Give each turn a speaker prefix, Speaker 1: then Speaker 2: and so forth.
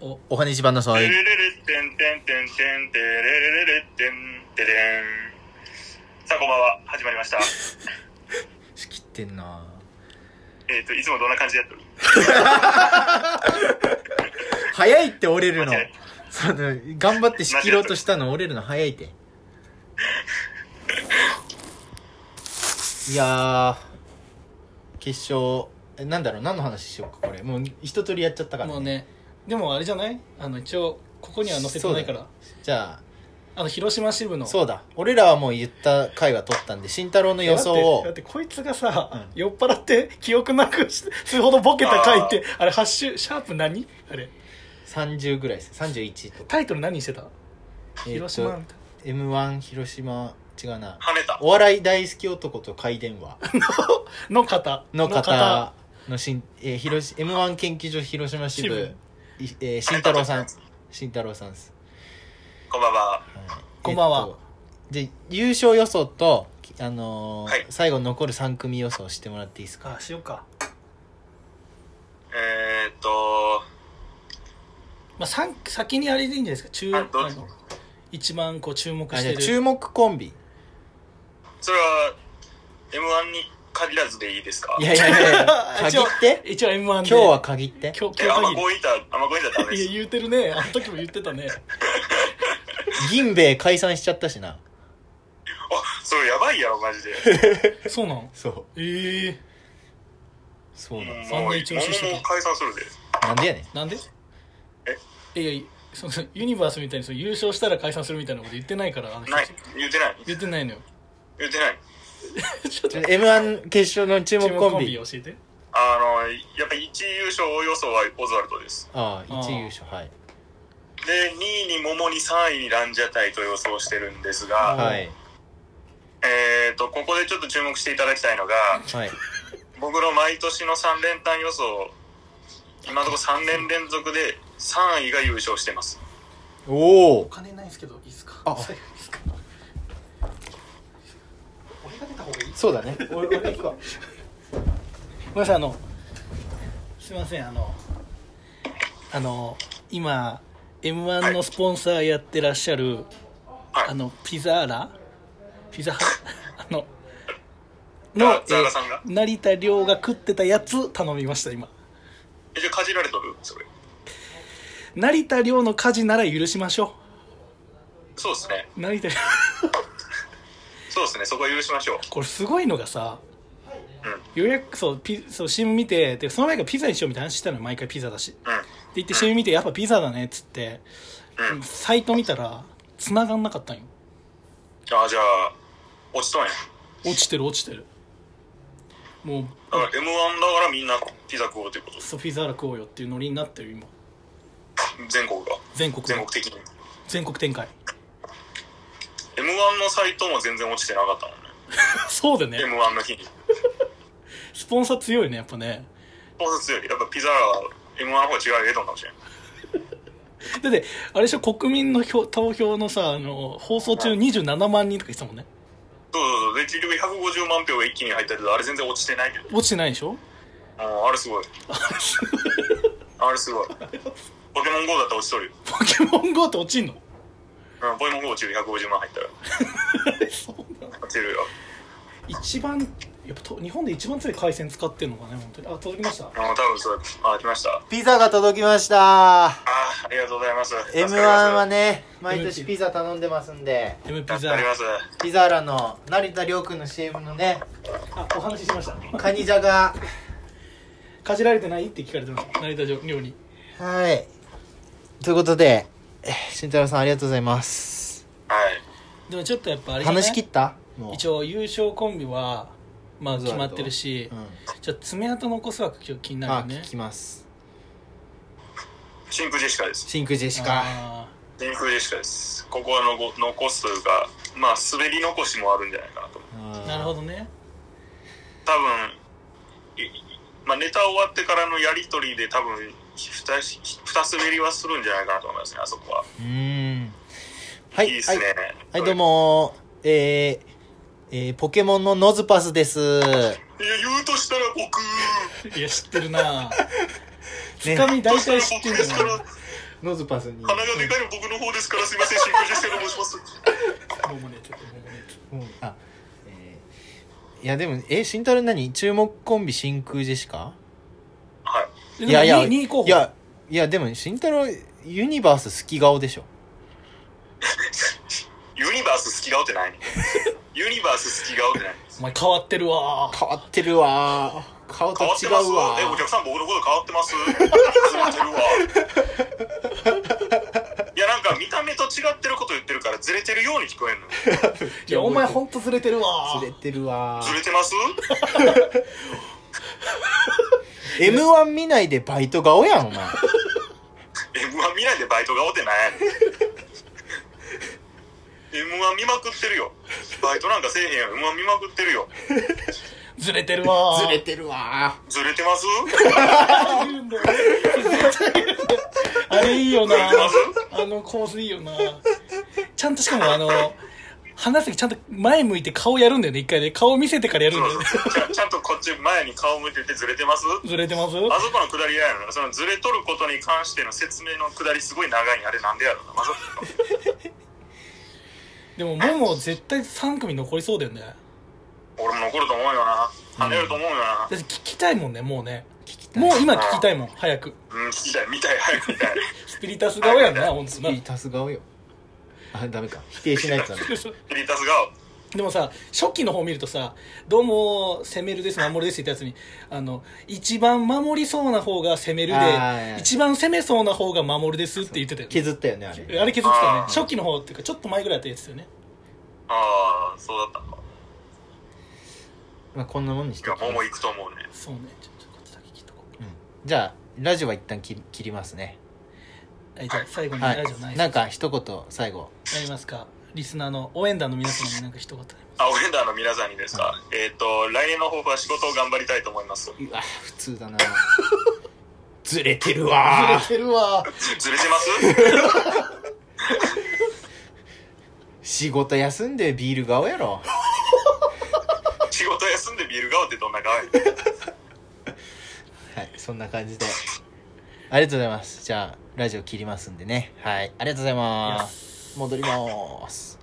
Speaker 1: おお金一番の
Speaker 2: て
Speaker 1: 添い
Speaker 2: れれれってんてんてんてんてれれれれってんてれんさあこんばんは始まりました
Speaker 1: 仕切ってんな
Speaker 2: えっといつもどんな感じでやってる
Speaker 1: 早いって折れるの
Speaker 2: 間違え
Speaker 1: その頑張って仕切ろうとしたの折れるの早い っていやー決勝えなんだろう何の話しようかこれもう一通りやっちゃったから、
Speaker 3: もうねでもあれじゃないあの一応ここには載せてないか
Speaker 1: そ
Speaker 3: ら
Speaker 1: じゃ
Speaker 3: あの広島支部
Speaker 1: あ
Speaker 3: の
Speaker 1: そうだ俺らはもう言った回は取ったんで慎太郎の予想を
Speaker 3: だってだってこいつがさ、
Speaker 1: う
Speaker 3: 酔っ払って記憶なくしするほどボケた回ってあれハッシュシャープ何あれ
Speaker 1: 30ぐらいです31とか
Speaker 3: タイトル何にしてた
Speaker 1: えーと
Speaker 3: 広島みたい
Speaker 1: m 1広島違うな
Speaker 2: 跳ねた
Speaker 1: お笑い大好き男と怪電話
Speaker 3: なの方
Speaker 1: の方のしん、えー、広し m 1研究所広島支部いえー慎太郎さん慎太郎さんです、
Speaker 2: こんばんは
Speaker 1: はい
Speaker 3: こんばんは
Speaker 1: えっとで優勝予想と、あのー
Speaker 2: はい
Speaker 1: 最後残る3組予想してもらっていいですか
Speaker 3: あしようか、
Speaker 2: えーっと
Speaker 3: まあ、さん先にあれでいいんじゃないですか注
Speaker 2: あどう
Speaker 3: あの一番こう注目
Speaker 1: あ
Speaker 3: し
Speaker 1: じゃ
Speaker 3: て
Speaker 1: あ
Speaker 3: る
Speaker 1: 注目コンビ
Speaker 2: それは m 1に限らずでいいですか
Speaker 1: いやいやいやいや
Speaker 3: 一
Speaker 1: 限
Speaker 3: 応
Speaker 1: って
Speaker 3: 一応 m 1
Speaker 1: 今日は限って
Speaker 3: 今日
Speaker 2: え
Speaker 3: 今
Speaker 2: あんま
Speaker 3: 日
Speaker 2: こういったあんまこういったらダメで
Speaker 3: 限りい
Speaker 2: す
Speaker 3: や言うてるねあの時も言ってたね
Speaker 1: 銀兵衛解散しちゃったしな
Speaker 2: あそれやばいやろマジで
Speaker 3: そうなん
Speaker 1: そう
Speaker 3: ええ
Speaker 1: そうなんです
Speaker 2: もう
Speaker 3: サンドイッチのシステム
Speaker 2: もう解散するで
Speaker 1: なんでやねん
Speaker 3: なんで
Speaker 2: え
Speaker 3: いやいやそのユニバースみたいにその優勝したら解散するみたいなこと言ってないからあの人
Speaker 2: ない言ってない
Speaker 3: 言ってないのよ
Speaker 2: 言ってない
Speaker 3: ちょっと
Speaker 1: m 1決勝の注目
Speaker 3: 注目
Speaker 1: コ
Speaker 3: コ
Speaker 1: ン
Speaker 3: ン
Speaker 1: ビ
Speaker 3: ビ教えて
Speaker 2: あのやっぱ一優勝予想はオズワルドです
Speaker 1: ああ
Speaker 3: あ
Speaker 1: 1
Speaker 3: ー
Speaker 1: 優勝はい
Speaker 2: で2位に桃に3位にランジャタイと予想してるんです
Speaker 3: あー
Speaker 2: が、
Speaker 1: はい
Speaker 2: えー、とここでちょっと注目していただきたいのが
Speaker 1: はい
Speaker 2: 僕の毎年の3連単予想今のところ3年連続で3位が優勝してます
Speaker 1: おお
Speaker 3: お金ないんですけどいいですか
Speaker 1: あ
Speaker 3: 財布いいですか俺が出た方がいい
Speaker 1: そうだね俺俺行くわ
Speaker 3: ごめんなさいあのすいませんあのあの今 m 1のスポンサーやってらっしゃる、
Speaker 2: はい
Speaker 3: あのピザーラ ピザハあの
Speaker 2: ザザーラさんが
Speaker 3: えー成田凌が食ってたやつ頼みました今
Speaker 2: えじゃあかじられとるそれ
Speaker 3: 成田凌の家事なら許しましょ
Speaker 2: そうですね
Speaker 3: う成田凌
Speaker 2: そうですねそこは許しましょう
Speaker 3: これすごいのがさ
Speaker 2: うん
Speaker 3: ようやくそうピそう CM 見てでその前からピザにしようみたいな話してたのよ毎回ピザだし
Speaker 2: うん
Speaker 3: って言って CM 見てやっぱピザだねっつって、
Speaker 2: うん
Speaker 3: サイト見たら繋がんなかったんよ
Speaker 2: あじゃあ落ちとんや
Speaker 3: 落ちてる落ちてるもう
Speaker 2: だから m 1だからみんなピザ食おうということ
Speaker 3: ソフィザーラ食おうよっていうノリになってる今
Speaker 2: 全国が
Speaker 3: 全国
Speaker 2: 全国的に
Speaker 3: 全国展開
Speaker 2: m 1のサイトも全然落ちてなかったもんね
Speaker 3: そうだね
Speaker 2: m 1の日に
Speaker 3: スポンサー強いねやっぱね
Speaker 2: そうですよやっぱピザは M1 の方が違うえとんかもしれん
Speaker 3: だってあれでしょ国民の票投票のさあの放送中27万人とか言ってたもんね
Speaker 2: そうそうそうで結局150万票が一気に入ったけどあれ全然落ちてないけど
Speaker 3: 落ちてないでしょ
Speaker 2: うんあれすごいあれすごいポケモン GO だったら落ちとるよ、
Speaker 3: ポケモン GO って落ちんの
Speaker 2: うん、ポケモン GO 落ちる150万入ったら
Speaker 3: そうなの
Speaker 2: 落ちるよ
Speaker 3: 一番やっぱと日本で一番強い回線使ってんのかね本当にあ届きました
Speaker 2: うん多分そうあ来ましたあ
Speaker 1: ピザが届きました
Speaker 2: ありがとうございます
Speaker 1: M1 はね毎年ピザ頼んでますんで
Speaker 3: M ピ
Speaker 2: 助
Speaker 3: ザ
Speaker 2: かります
Speaker 1: ピザーラの成田凌君の CM の ね
Speaker 3: あお話ししました
Speaker 1: カニじゃが
Speaker 3: かじられてないって聞かれてました成田料理
Speaker 1: はいということでえー慎太郎さんありがとうございます
Speaker 2: はい
Speaker 3: でもちょっとやっぱあれじゃない
Speaker 1: 話し切ったもう
Speaker 3: 一応優勝コンビはまあ決まってるし、
Speaker 1: う
Speaker 3: じゃあ爪痕残す枠今日気に
Speaker 1: ん、
Speaker 3: なる
Speaker 1: あ
Speaker 3: よね
Speaker 1: 聞きます
Speaker 2: 真空ジェシカです
Speaker 1: シンクジェシカ
Speaker 3: あ
Speaker 2: 真空ジェシカですここはのご残すというかまあ滑り残しもあるんじゃないかなと
Speaker 3: ーなるほ
Speaker 1: ど
Speaker 3: どね
Speaker 2: 多分いまあ、ネタ終わってからのやり取りで多分ふたしふた滑りはするんじゃないかなと思いますねあそこは、
Speaker 1: うーんはい
Speaker 2: い、いですね
Speaker 1: はい、はい、どうもーえーえーポケモンのノズパスです
Speaker 2: いや言うとしたら僕
Speaker 3: いや知ってるな
Speaker 1: ね
Speaker 3: つかみ大
Speaker 2: 言うと
Speaker 3: 体
Speaker 2: し
Speaker 3: 知って
Speaker 2: た
Speaker 3: る
Speaker 2: ら
Speaker 3: ん
Speaker 2: 僕ですか
Speaker 3: じゃない
Speaker 2: ら
Speaker 1: ノズパスに
Speaker 2: 鼻がでかいの僕の方ですからすいません新宮先生と申します
Speaker 3: モモ熱モモ熱
Speaker 1: うんあえーいやでもえ慎太郎何注目コンビ真空ジェシカ
Speaker 2: はい
Speaker 3: で
Speaker 1: いやいや
Speaker 3: でも二位候補
Speaker 1: いやいやでも慎太郎ユニバース好き顔でしょ
Speaker 2: ユニバース好き顔って何ユニバース好き顔って何
Speaker 3: お前変わってるわ
Speaker 1: 変わってるわー顔と
Speaker 2: 変わって
Speaker 1: 違
Speaker 2: ます
Speaker 1: うわ
Speaker 2: えお客さん僕のこと変わってます変わってるわいやなんか見た目と違ってること言ってるからずれてるように聞こえるのず
Speaker 3: いやお前ほんとずれてるわ
Speaker 1: ずれてるわ
Speaker 2: れてます
Speaker 1: ー m 1見ないでバイト顔やんお 前
Speaker 2: M1 見ないでバイト顔ってなんやねん M1 見まくってるよバイトなんかせえへんやろ M1 見まくってるよ
Speaker 3: ずれてるわ
Speaker 1: ずれてるわー
Speaker 2: ずれて ます
Speaker 3: あれいいよな
Speaker 2: ずれてます
Speaker 3: あのコースいいよなちゃんとしかもあの話す時ちゃんと前向いて顔やるんだよね一回ね顔見せてからやるんだよね
Speaker 2: ちゃんちゃんとこっち前に顔向けてずれてます
Speaker 3: ずれてま
Speaker 2: あ
Speaker 3: す
Speaker 2: そこのくだりやろなそのずれとることに関しての説明のくだりすごい長いんやあれなんでやろなまさか
Speaker 3: でももも絶対3組残りそうだよね
Speaker 2: 俺も残ると思うよな跳ねると思うよな
Speaker 3: だって聞きたいもんねもうね
Speaker 1: 聞きたい
Speaker 3: もう今聞きたいもん早く
Speaker 2: うん聞きたい見たい早く見たい
Speaker 3: スピリタス顔やんなほんとな
Speaker 1: ピータス顔よあダメか否定しないとダメ
Speaker 2: ピリタス顔
Speaker 3: でもさ初期の方見るとさ「どうも攻めるです守るです」ってやつにあの一番守りそうな方が攻める
Speaker 1: あーはい
Speaker 3: で一番攻めそうな方が守るですって言ってたよね
Speaker 1: 削ったよねあれ
Speaker 3: あれ削ってたよね
Speaker 2: あー
Speaker 3: 初期の方っていうかちょっと前ぐらいだったやつだよね
Speaker 2: ああそうだったか
Speaker 1: まあこんなもんにして
Speaker 2: 今日もも行くと思うね
Speaker 3: そうねちょっとこっちだけ聞いとこう
Speaker 1: うんじゃあラジオは一旦切り切りますね
Speaker 3: はいじゃあ最後に
Speaker 1: は
Speaker 3: ラ
Speaker 1: い
Speaker 3: ジオないや
Speaker 1: なんか一言最後
Speaker 3: りますかリスナーの応援団の皆様になんか一言あります
Speaker 2: あオレンダーの皆さんにですかえっと来年の抱負は仕事を頑張りたいと思います
Speaker 1: うわ普通だな ずれてるわ
Speaker 3: ずれてるわ
Speaker 2: ずれて ます
Speaker 1: 仕事休んでビール顔やろ
Speaker 2: 仕事休んでビール顔ってどんな顔やねん
Speaker 1: はいそんな感じでありがとうございますじゃあラジオ切りますんでねはいありがとうございます戻ります